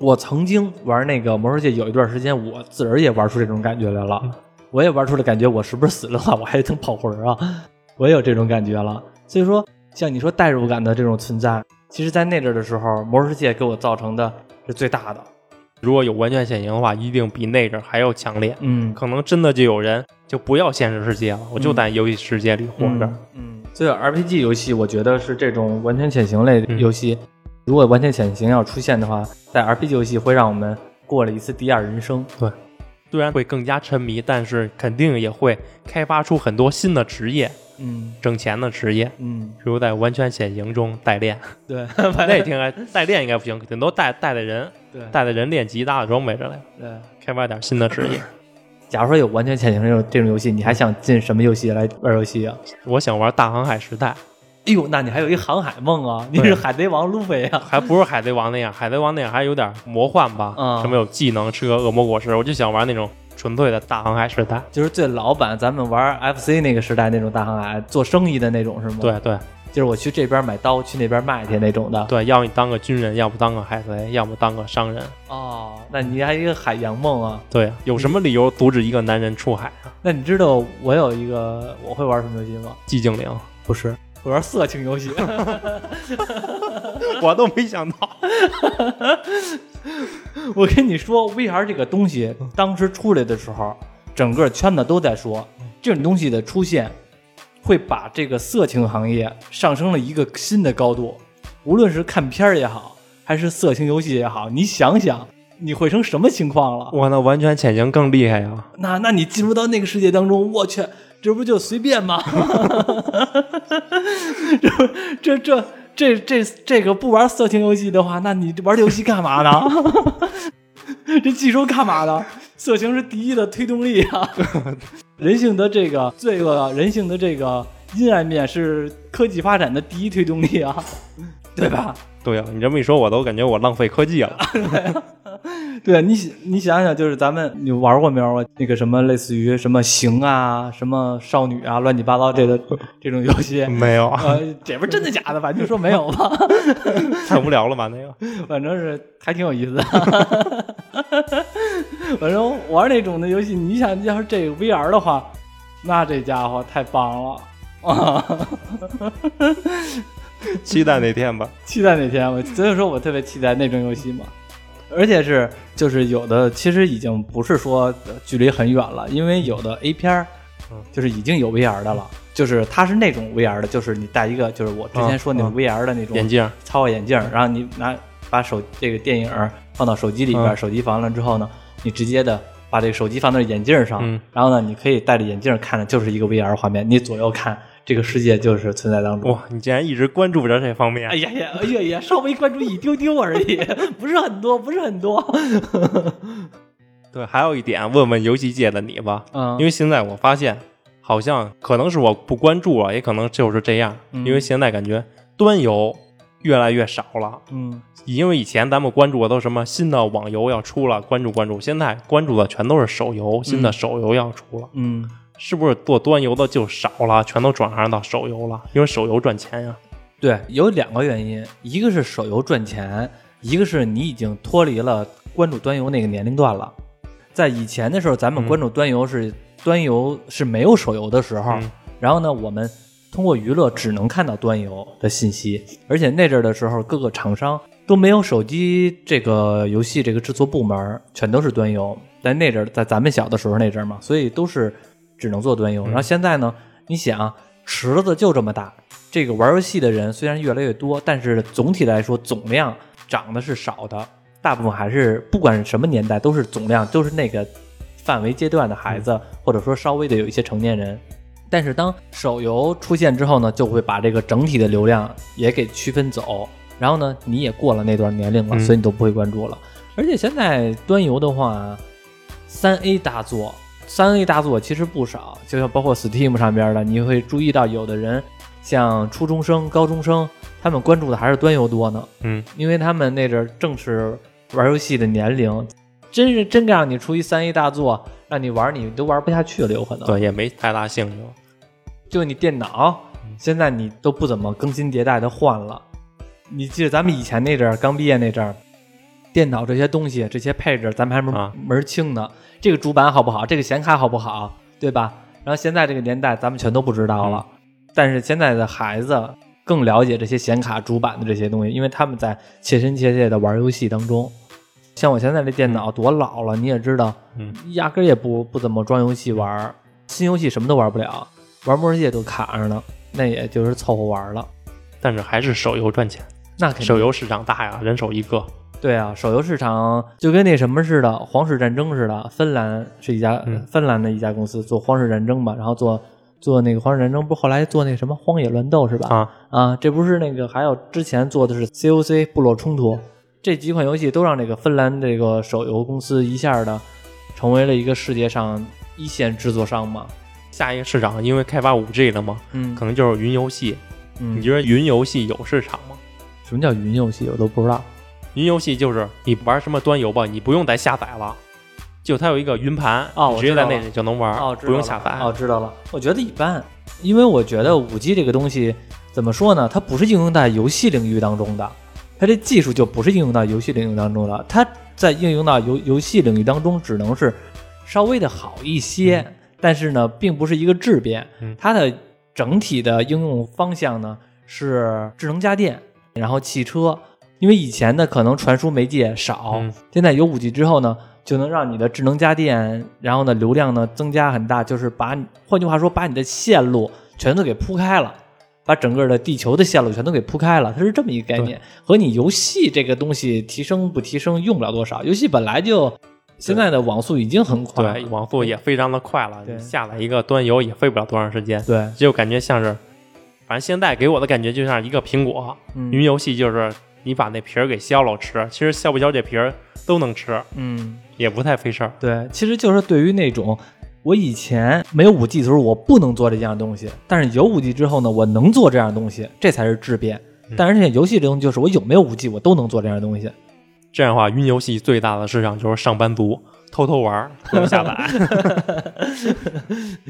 我曾经玩那个魔兽世界有一段时间，我自个儿也玩出这种感觉来了，
嗯
我也玩出了感觉，我是不是死了 <laughs> 啊？我还能跑魂儿啊？我也有这种感觉了。所以说，像你说代入感的这种存在，其实，在那阵儿的时候，魔兽世界给我造成的是最大的。
如果有完全潜行的话，一定比那阵儿还要强烈。
嗯，
可能真的就有人就不要现实世界了，我就在游戏世界里活着。
嗯，所以 RPG 游戏，我觉得是这种完全潜行类
嗯
游戏，如果完全潜行要出现的话，在 RPG 游戏会让我们过了一次第二人生。
虽然会更加沉迷，但是肯定也会开发出很多新的职业，
嗯
挣钱的职业，比
嗯，
如在完全潜行中代练， <laughs>
对， <laughs>
那挺爱代练应该不行，顶多带带的人，
对
带的人练级打打装备之类的，
对。
开发点新的职业。
假如说有完全潜行这种这种游戏，你还想进什么游戏来玩游戏啊？
我想玩大航海时代，
哎呦，那你还有一航海梦啊，你是海贼王路飞啊，
还不是海贼王那样，海贼王那样还有点魔幻吧，
嗯
什么有技能，吃个恶魔果实，我就想玩那种纯粹的大航海时代。
<laughs> 就是最老版咱们玩 FC 那个时代那种大航海做生意的那种是吗？，
对对
就是我去这边买刀，去那边卖去那种的。
对，要么你当个军人，要不当个海贼，要么当个商人。
哦，那你还有一个海洋梦啊？
对，有什么理由阻止一个男人出海啊？
那你知道我有一个我会玩什么游戏吗？
寂静岭，
不是，我玩色情游戏。
我都没想到。
我跟你说，VR 这个东西当时出来的时候，整个圈子都在说，这种东西的出现会把这个色情行业上升了一个新的高度。无论是看片儿也好，还是色情游戏也好，你想想你会成什么情况了？
哇，那完全潜行更厉害呀、啊
那那你进入到那个世界当中，我去，这不就随便吗？ <laughs> 这不这这这这这个不玩色情游戏的话，那你玩这游戏干嘛呢？ <laughs> 这技术干嘛呢？色情是第一的推动力啊！ <laughs> 人性的这个罪恶啊，人性的这个阴暗面是科技发展的第一推动力啊， <laughs> 对吧？
对呀、你这么一说，我都感觉我浪费科技了。
<laughs> 对啊你想，你想想，就是咱们你玩过没玩过那个什么类似于什么行啊、什么少女啊、乱七八糟这个这种游戏？
<laughs> 没有， <laughs>
呃，这边真的假的吧？你就说没有吧，
太无聊了吧？那个，
反正是还挺有意思的。 <laughs> 反正玩那种的游戏，你想要是这个 VR 的话，那这家伙太棒了啊！
<laughs> 期待那天吧。
期待那天，我所以说我特别期待那种游戏嘛。而且是就是有的其实已经不是说呃距离很远了，因为有的 A 片儿
嗯，
就是已经有 VR 的了，就是它是那种 VR 的，就是你戴一个就是我之前说那种
嗯
VR 的那种
眼镜，嗯
操作眼镜儿，然后你拿把手这个电影儿放到手机里边儿，
嗯
手机放完了之后呢，你直接的把这个手机放到眼镜儿上，
嗯
然后呢，你可以戴着眼镜儿看的就是一个 VR 画面，你左右看这个世界就是存在当中。
哇，你竟然一直关注着这方面
哎。呀呀，哎呀呀，稍微关注一丢丢而已，不是很多，不是很多。
对，还有一点，问问游戏界的你吧，
嗯
因为现在我发现，好像可能是我不关注啊，也可能就是这样，
嗯
因为现在感觉端游越来越少了。
嗯，
因为以前咱们关注的都什么新的网游要出了，关注关注，现在关注的全都是手游，新的手游要出了，
嗯，
是不是做端游的就少了，全都转行到手游了？因为手游赚钱呀、
对，有两个原因，一个是手游赚钱，一个是你已经脱离了关注端游那个年龄段了。在以前的时候，咱们
嗯
关注端游是、端游是没有手游的时候，
嗯
然后呢，我们通过娱乐只能看到端游的信息，而且那阵儿的时候，各个厂商都没有手机这个游戏这个制作部门儿，全都是端游。在那阵儿，在咱们小的时候那阵儿嘛，所以都是只能做端
嗯
游。然后现在呢，你想池子就这么大，这个玩游戏的人虽然越来越多，但是总体来说总量涨的是少的，大部分还是不管是什么年代，都是总量都是那个范围阶段的孩子，或者说稍微的有一些成年人。但是当手游出现之后呢，就会把这个整体的流量也给区分走。然后呢，你也过了那段年龄了，
嗯
所以你都不会关注了。而且现在端游的话，三 A 大作，三 A 大作其实不少，就像包括 Steam 上边的，你会注意到有的人像初中生、高中生，他们关注的还是端游多呢。
嗯，
因为他们那阵儿正是玩游戏的年龄，真是真让你出一三 A 大作，让你玩你都玩不下去了，有可能。，
对，也没太大兴趣了。
就你电脑，
嗯
现在你都不怎么更新迭代的换了。你记得咱们以前那阵儿刚毕业那阵儿，电脑这些东西这些配置咱们还门、
啊
门儿清呢，这个主板好不好，这个显卡好不好，对吧？然后现在这个年代咱们全都不知道了，
嗯
但是现在的孩子更了解这些显卡、主板的这些东西，因为他们在切身切切的玩游戏当中。像我现在这电脑多老了，你也知道，
嗯
压根儿也不不怎么装游戏玩儿，新游戏什么都玩不了，玩末世界都卡着呢，那也就是凑合玩了。
但是还是手游赚钱，
那肯定
手游市场大呀，人手一个。
对啊，手游市场就跟那什么似的，《皇室战争》似的，芬兰是一家、呃
嗯
芬兰的一家公司做《皇室战争》嘛，然后做做那个《皇室战争》，不是后来做那什么《荒野乱斗》是吧？
啊，
啊，这不是那个还有之前做的是 COC 部落冲突，这几款游戏都让这个芬兰这个手游公司一下的成为了一个世界上一线制作商嘛。
下一个市场因为开发五 G 了嘛，
嗯
可能就是云游戏，
嗯
你觉得云游戏有市场吗？
什么叫云游戏？我都不知道。
云游戏就是你玩什么端游吧，你不用再下载了，就它有一个云盘，
哦我
你直接
知道
在
了
那里就能玩，
哦，知道
不用
了
下载。
哦，知道了。我觉得一般，因为我觉得五 G 这个东西怎么说呢？它不是应用在游戏领域当中的，它这技术就不是应用到游戏领域当中了。它在应用到游游戏领域当中，只能是稍微的好一些，但是呢，并不是一个质变。
嗯
它的整体的应用方向呢是智能家电，然后汽车。因为以前呢，可能传输媒介少，
嗯
现在有五 G 之后呢，就能让你的智能家电，然后呢流量呢增加很大，就是把你，换句话说，把你的线路全都给铺开了，把整个的地球的线路全都给铺开了，它是这么一个概念，和你游戏这个东西提升不提升用不了多少，游戏本来就现在的网速已经很快了，
对，网速也非常的快了，
对嗯
你下载一个端游也费不了多长时间，
对，
就感觉像是，反正现在给我的感觉就像一个苹果，云
嗯
游戏就是你把那皮儿给削了吃，其实削不削这皮儿都能吃，
嗯，
也不太费事儿。
对，其实就是对于那种。我以前没有五 G 的时候，我不能做这样的东西，但是有五 G 之后呢，我能做这样的东西，这才是质变。但是现在游戏这东西就是我有没有五 G，我都能做这样的东西。
这样的话，云游戏最大的市场就是上班族偷偷玩儿，不用下载。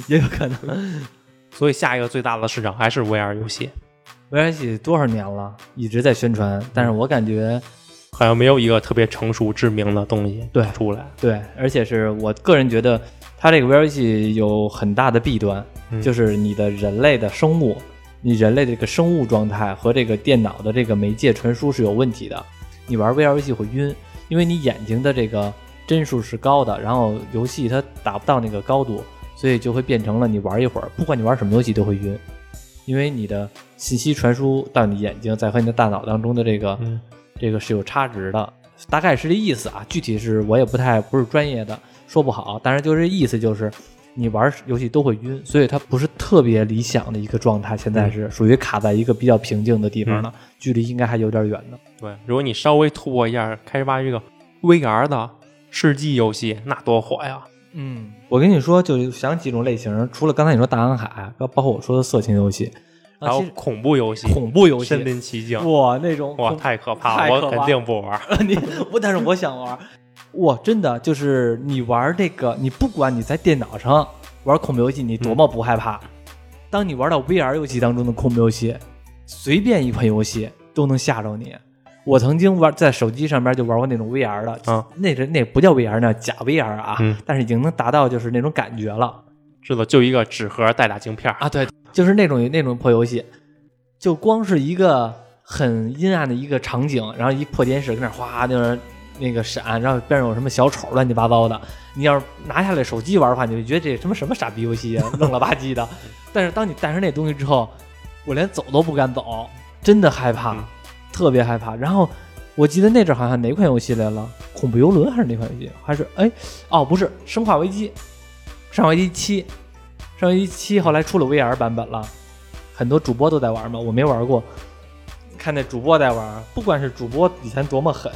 也有可能。
所以下一个最大的市场还是 VR 游戏，
围在一起多少年了，一直在宣传，但是我感觉
好像没有一个特别成熟知名的东西
对
出来。
对，而且是我个人觉得，它这个 VR 游戏有很大的弊端，
嗯
就是你的人类的生物，你人类的这个生物状态和这个电脑的这个媒介传输是有问题的。你玩 VR 游戏会晕，因为你眼睛的这个帧数是高的，然后游戏它达不到那个高度，所以就会变成了你玩一会儿，不管你玩什么游戏都会晕，因为你的信息传输到你眼睛，再和你的大脑当中的这个、
嗯
这个是有差值的，大概是这意思啊，具体是我也不太不是专业的，说不好，但是就这意思就是。你玩游戏都会晕，所以它不是特别理想的一个状态。现在是属于卡在一个比较平静的地方了，距离应该还有点远呢。
对，如果你稍微突破一下，开发一个 VR 的世纪游戏，那多火呀！
嗯，我跟你说，就是想几种类型，除了刚才你说大航海，包括我说的色情游戏，
还
然后
有恐怖游戏、
啊恐怖游戏
身，临其境，
哇，那种
哇，
恐
太可怕
太
了，
可
我
怕
肯定不玩儿。
你我，但是我想玩，哇，真的就是你玩这个，你不管你在电脑上玩恐怖游戏，你多
嗯
么不害怕，当你玩到 VR 游戏当中的恐怖游戏，随便一款游戏都能吓着你。我曾经玩在手机上边就玩过那种 VR 的，
啊
那个那不叫 VR 那假 VR 啊，
嗯
但是已经能达到就是那种感觉了。
知道，就一个纸盒带俩镜
<laughs>
片儿，
啊，对，就是那种那种破游戏，就光是一个很阴暗的一个场景，然后一破电视跟那儿哗就是那个闪，然后边上有什么小丑乱七八糟的。你要是拿下来手机玩的话，你就觉得这什么什么傻逼游戏啊，愣了吧
<laughs>
唧的。但是当你带上那东西之后，我连走都不敢走，真的害怕，
嗯
特别害怕。然后我记得那阵儿好像哪款游戏来了，恐怖游轮还是哪款游戏？还是哎哦不是，生化危机，生化危机七，生化危机七后来出了 VR 版本了，很多主播都在玩嘛，我没玩过。看那主播在玩，不管是主播以前多么狠，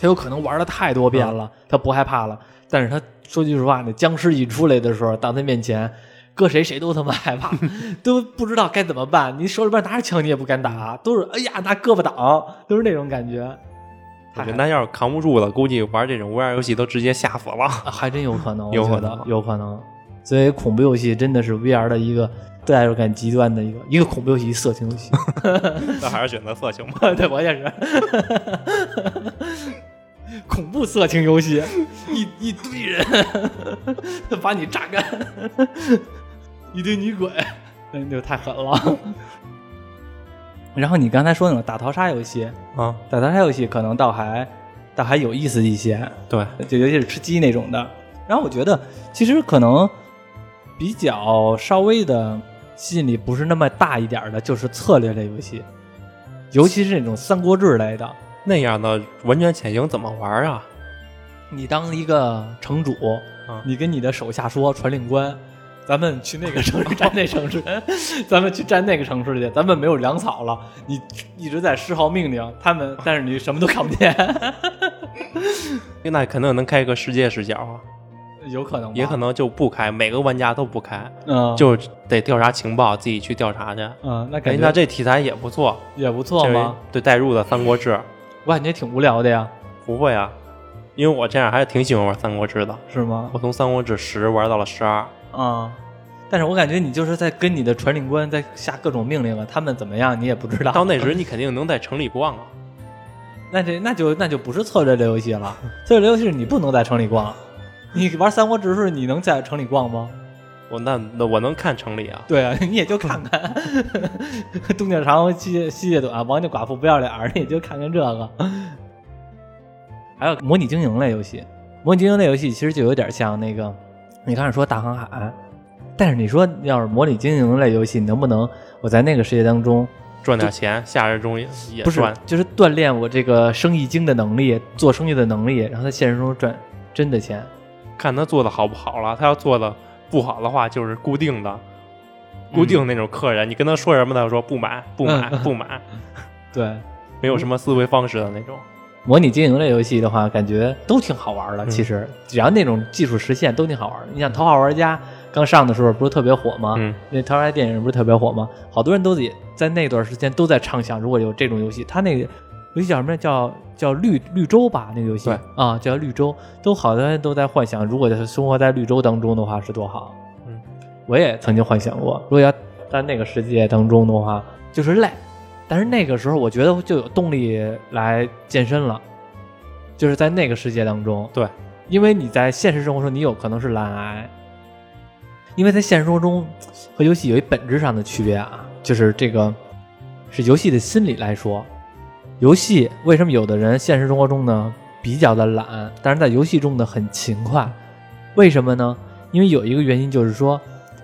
他有可能玩了太多遍了，他不害怕了。但是他说句实话，那僵尸一出来的时候，到他面前，搁谁谁都他妈害怕，都不知道该怎么办。你手里边拿着枪，你也不敢打，都是哎呀拿胳膊挡，都是那种感觉。
我
太害
觉得
怕
那要是扛不住了，估计玩这种 VR 游戏都直接吓死了。
<laughs> 啊还真有可能，我
有可
觉
能
得有可能。所以恐怖游戏真的是 VR 的一个代入感极端的一个一个恐怖游戏，一色情游戏。
那还是选择色情
<laughs>
吧。
对我也是，恐怖色情游戏，一一堆人把你榨干，一堆女鬼，哎那就太狠了。 <laughs> 然后你刚才说那种打淘沙游戏，
啊，
打淘沙游戏可能倒还倒还有意思一些，
对，
就尤其是吃鸡那种的。然后我觉得其实可能比较稍微的吸引力不是那么大一点儿的，就是策略类游戏，尤其是那种三国志类的。
那样的完全潜行怎么玩啊？
你当一个城主，
啊
你跟你的手下说传令官。咱们去那个城市占那城市， <laughs> 咱们去占那个城市去。咱们没有粮草了，你一直在施号命令，他们但是你什么都看不见。
那肯定能开个世界视角啊。
<laughs> 有可能吧，
也可能就不开，每个玩家都不开，
嗯，
就得调查情报，自己去调查去。
嗯，那
哎
感，觉
那这题材也不错，
也不错嘛，？
对，代入的《三国志》
我感觉挺无聊的呀，
不会啊，因为我这样还挺喜欢玩《三国志》的，
是吗？
我从《三国志十》玩到了十
<laughs>
二。
啊、但是我感觉你就是在跟你的传令官在下各种命令啊了，他们怎么样你也不知道。
到那时你肯定能在城里逛啊，
那这那就那就不是策略类游戏 <laughs> 了，策略类游戏是你不能在城里逛。你玩三国志是你能在城里逛吗？
我那那我能看城里啊，
对啊，你也就看看东家长西西家短，王家寡妇不要脸儿，你也就看看这个。还有模拟经营类游戏，模拟经营类游戏其实就有点像那个，你刚才说大航海，但是你说要是模拟经营类游戏，你能不能我在那个世界当中
赚点钱，夏日中也也
不是
赚。
就是锻炼我这个生意经的能力，做生意的能力，然后在现实中赚真的钱？
看他做的好不好了。他要做的不好的话，就是固定的，固定那种客人，你跟他说什么，他就说不买，不
<laughs>
买，
嗯
不买，
对，
没有什么思维方式的那种。
模拟经营类游戏的话，感觉都挺好玩的。
嗯
其实只要那种技术实现都挺好玩的。你想《头号玩家》刚上的时候不是特别火吗？
嗯，
那《头号玩家》电影不是特别火吗？好多人都也在那段时间都在畅想，如果有这种游戏，它那个游戏叫什么呀？叫叫绿绿洲吧？那个游戏
对
啊，叫绿洲，都好多人都在幻想，如果是生活在绿洲当中的话是多好。
嗯，
我也曾经幻想过，如果要在那个世界当中的话，就是累。但是那个时候，我觉得就有动力来健身了，就是在那个世界当中。
对，
因为你在现实生活中，你有可能是懒癌，因为在现实生活中和游戏有一本质上的区别啊，就是这个是游戏的心理来说，游戏为什么有的人现实生活中呢比较的懒，但是在游戏中呢很勤快，为什么呢？因为有一个原因就是说，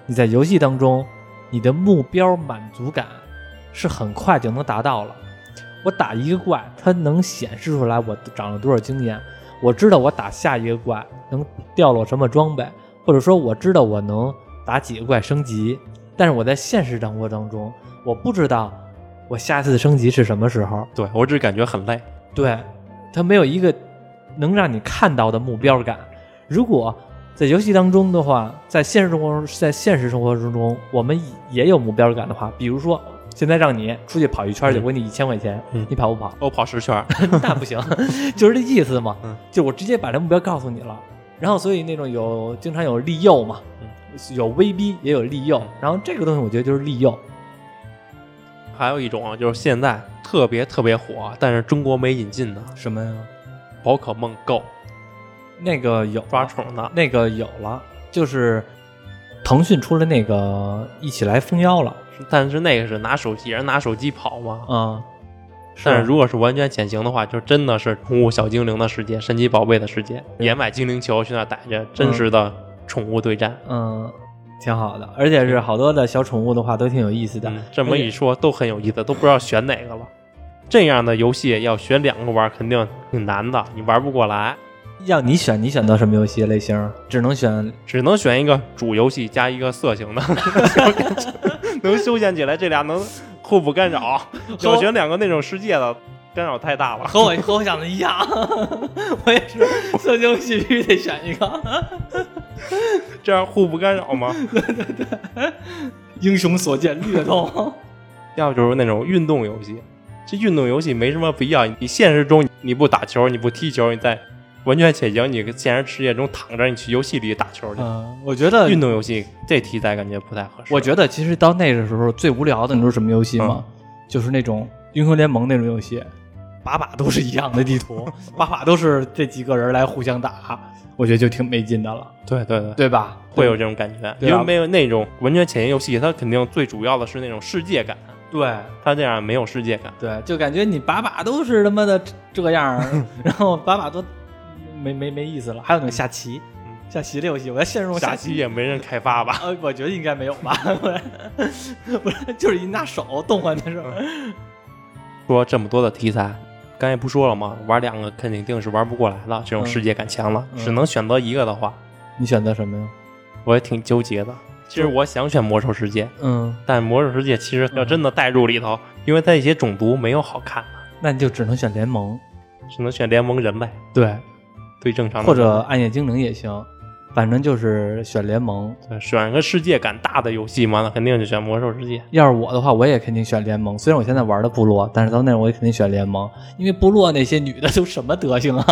你在游戏当中，你的目标满足感是很快就能达到了。我打一个怪，它能显示出来我涨了多少经验，我知道我打下一个怪能掉落什么装备，或者说我知道我能打几个怪升级。但是我在现实生活当中，我不知道我下次升级是什么时候，
对我只感觉很累。
对，它没有一个能让你看到的目标感。如果在游戏当中的话，在现实生活中，在现实生活中中，我们也有目标感的话，比如说现在让你出去跑一圈去，
嗯
我给你一千块钱，
嗯
你跑不跑？
我跑十圈儿， <laughs>
那不行，就是这意思嘛
嗯。
就我直接把这目标告诉你了，然后所以那种有经常有利诱嘛，有威逼也有利诱，然后这个东西我觉得就是利诱。
还有一种啊，就是现在特别特别火，但是中国没引进的
什么呀？
宝可梦 Go
那个有
抓宠的，
那个有了，就是腾讯出了那个《一起来蜂妖》了
但是那个是拿手机，人拿手机跑嘛。
啊、
但嗯是如果是完全潜行的话，就真的是宠物小精灵的世界、神奇宝贝的世界，野买精灵球去那儿逮着真实的宠物对战。
嗯，挺好的，而且是好多的小宠物的话都挺有意思的。
嗯，这么一说都很有意思，都不知道选哪个了。这样的游戏要选两个玩，肯定挺难的，你玩不过来，
要你选，你选择什么游戏类型？只能选
只能选一个主游戏加一个色情的， <laughs> 能休闲起来，这俩能互不干
<laughs>
扰。要选两个那种世界的，干扰太大了。 <laughs>
和我和我想的一样， <laughs> 我也是色情游戏必须得选一个。
这样互不干扰吗？
<laughs> 英雄所见略同。
要不就是那种运动游戏，这运动游戏没什么必要。你现实中你不打球，你不踢球，你在完全潜行，你现实世界中躺着，你去游戏里打球去。
嗯，我觉得
运动游戏这题材感觉不太合适。
我觉得其实到那个时候最无聊的，你知道什么游戏吗？就是那种英雄联盟那种游戏，把把都是一样的地 <laughs> 图，把把都是这几个人来互相打，我觉得就挺没劲的了，
对对对，
对吧？
会有这种感觉，
对啊
因为没有那种完全潜行游戏，它肯定最主要的是那种世界感，
对
它这样没有世界感。
对，就感觉你把把都是他妈的这样 <laughs> 儿，然后把把都没没没意思了。还有那个下棋，下棋的游戏，我在现实中
下
嗯棋
期也没人开发吧？
呃，我觉得应该没有吧，不是， <laughs> 就是一拿手动换的时候，
说这么多的题材，刚才不说了吗？玩两个肯定是玩不过来了，这种
嗯
世界感强了，
嗯
只能选择一个的话，
你选择什么呀？
我也挺纠结的。其实我想选魔兽世界，
嗯，
但魔兽世界其实要真的带入里头，因为它一些种族没有好看的，
那你就只能选联盟，
只能选联盟人类
对，
对正常的
或者暗夜精灵也行。反正就是选联盟。
对选个世界感大的游戏嘛，那肯定就选魔兽世界。
要是我的话，我也肯定选联盟。虽然我现在玩的部落，但是到那会儿我也肯定选联盟，因为部落那些女的都什么德行啊，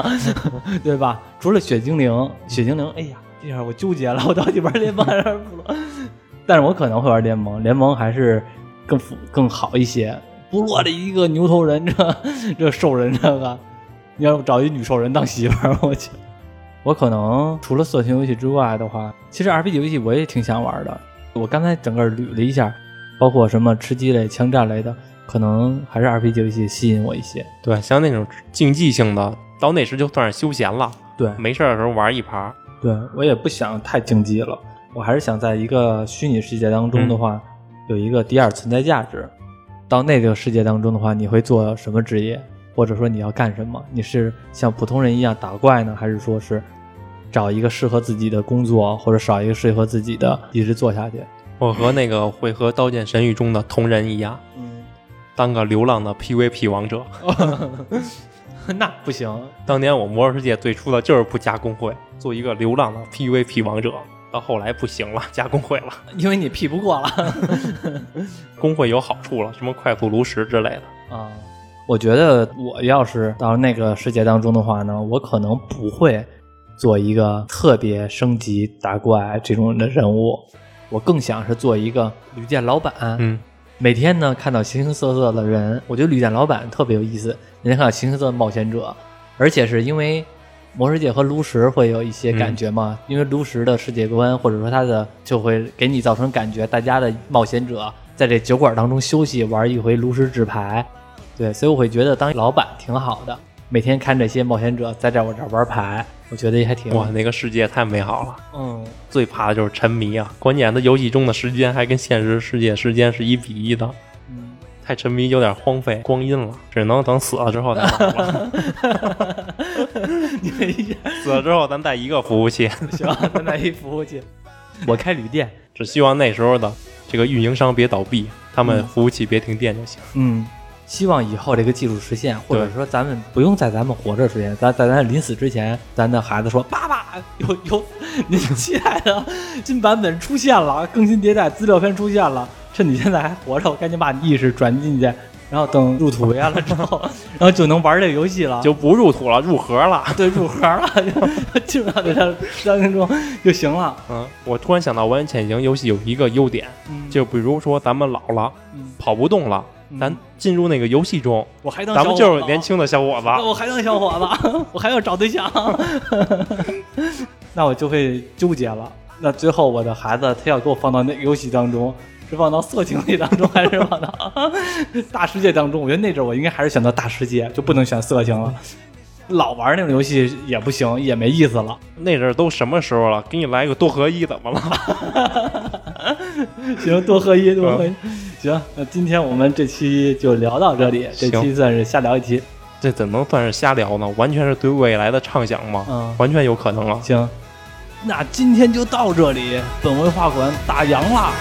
对吧？除了雪精灵，雪精灵，哎呀，这下我纠结了，我到底玩联盟还是玩部落？但是我可能会玩联盟，联盟还是更符更好一些。部落的一个牛头人，这 <laughs> 这兽人这个，你要找一女兽人当媳妇儿，我去。我可能除了色情游戏之外的话，其实 RPG 游戏我也挺想玩的。我刚才整个捋了一下，包括什么吃鸡类、枪战类的，可能还是 RPG 游戏吸引我一些。
对，像那种竞技性的，到那时就算是休闲了，
对
没事儿的时候玩一盘儿。
对我也不想太竞技了，我还是想在一个虚拟世界当中的话，有一个第二存在价值。到那个世界当中的话，你会做什么职业，或者说你要干什么？你是像普通人一样打怪呢，还是说是找一个适合自己的工作，或者找一个适合自己的一直做下去？
我和那个会和《刀剑神域》中的同人一样，
嗯， <laughs>
当个流浪的 PVP 王者。
那不行，
当年我《魔兽世界》最初的就是不加工会，做一个流浪的 PVP 王者。到后来不行了，加工会了，
因为你 P 不过了 <laughs>
工会有好处了，什么快速炉石之类的。
啊。我觉得我要是到那个世界当中的话呢，我可能不会做一个特别升级打怪这种的人物，我更想是做一个旅店老板。
嗯，
每天呢看到形形色色的人，我觉得旅店老板特别有意思。每天看到形形色色的冒险者，而且是因为魔世界和炉石会有一些感觉嘛，因为炉石的世界观或者说它的就会给你造成感觉，大家的冒险者在这酒馆当中休息玩一回炉石纸牌，对，所以我会觉得当老板挺好的。每天看这些冒险者在这我这儿玩牌，我觉得还挺
哇，那个世界太美好了。
嗯，
最怕的就是沉迷啊！关键它游戏中的时间还跟现实世界时间是一比一的，
嗯 <laughs>
太沉迷有点荒废光阴了，只能等死了之后再玩了。
你们一下
死了之后咱带一个服务器，
<laughs> 行，咱来一服务器，我开旅店，
只希望那时候的这个运营商别倒闭，他们服务器别停电就行。
嗯，希望以后这个技术实现，或者说咱们不用在咱们活着实现，咱在咱临死之前，咱的孩子说：“爸爸，有有，您期待的新版本出现了，更新迭代资料片出现了，趁你现在还活着，我赶紧把你意识转进去，然后等入土为安了之
<laughs>
后，然后就能玩这个游戏了。”
就不入土了，入盒了。
对，入盒了，就基本上在这三分钟就行了。
嗯，我突然想到《完人潜行》游戏有一个优点，
嗯，
就比如说咱们老了，
嗯
跑不动了，咱进入那个游戏中，
我还当
咱们
小伙
就是
子哦
年轻的小伙
那
子。
我还当小伙子， <laughs> 我还要找对象，那我就会纠结了。那最后我的孩子他要给我放到那个游戏当中，是放到色情类当中，还是放 <laughs> 到大世界当中？我觉得那阵儿我应该还是选择大世界，就不能选色情了。老玩那种游戏也不行，也没意思了。
那阵儿都什么时候了？给你来个多合一怎么了？ <laughs>
行，多喝一，多喝一。行，那今天我们这期就聊到这里，这
行
期算是瞎聊一期。
这怎能算是瞎聊呢？完全是对未来的畅想嘛，
嗯
完全有可能啊。
行，那今天就到这里，本文画馆打烊啦。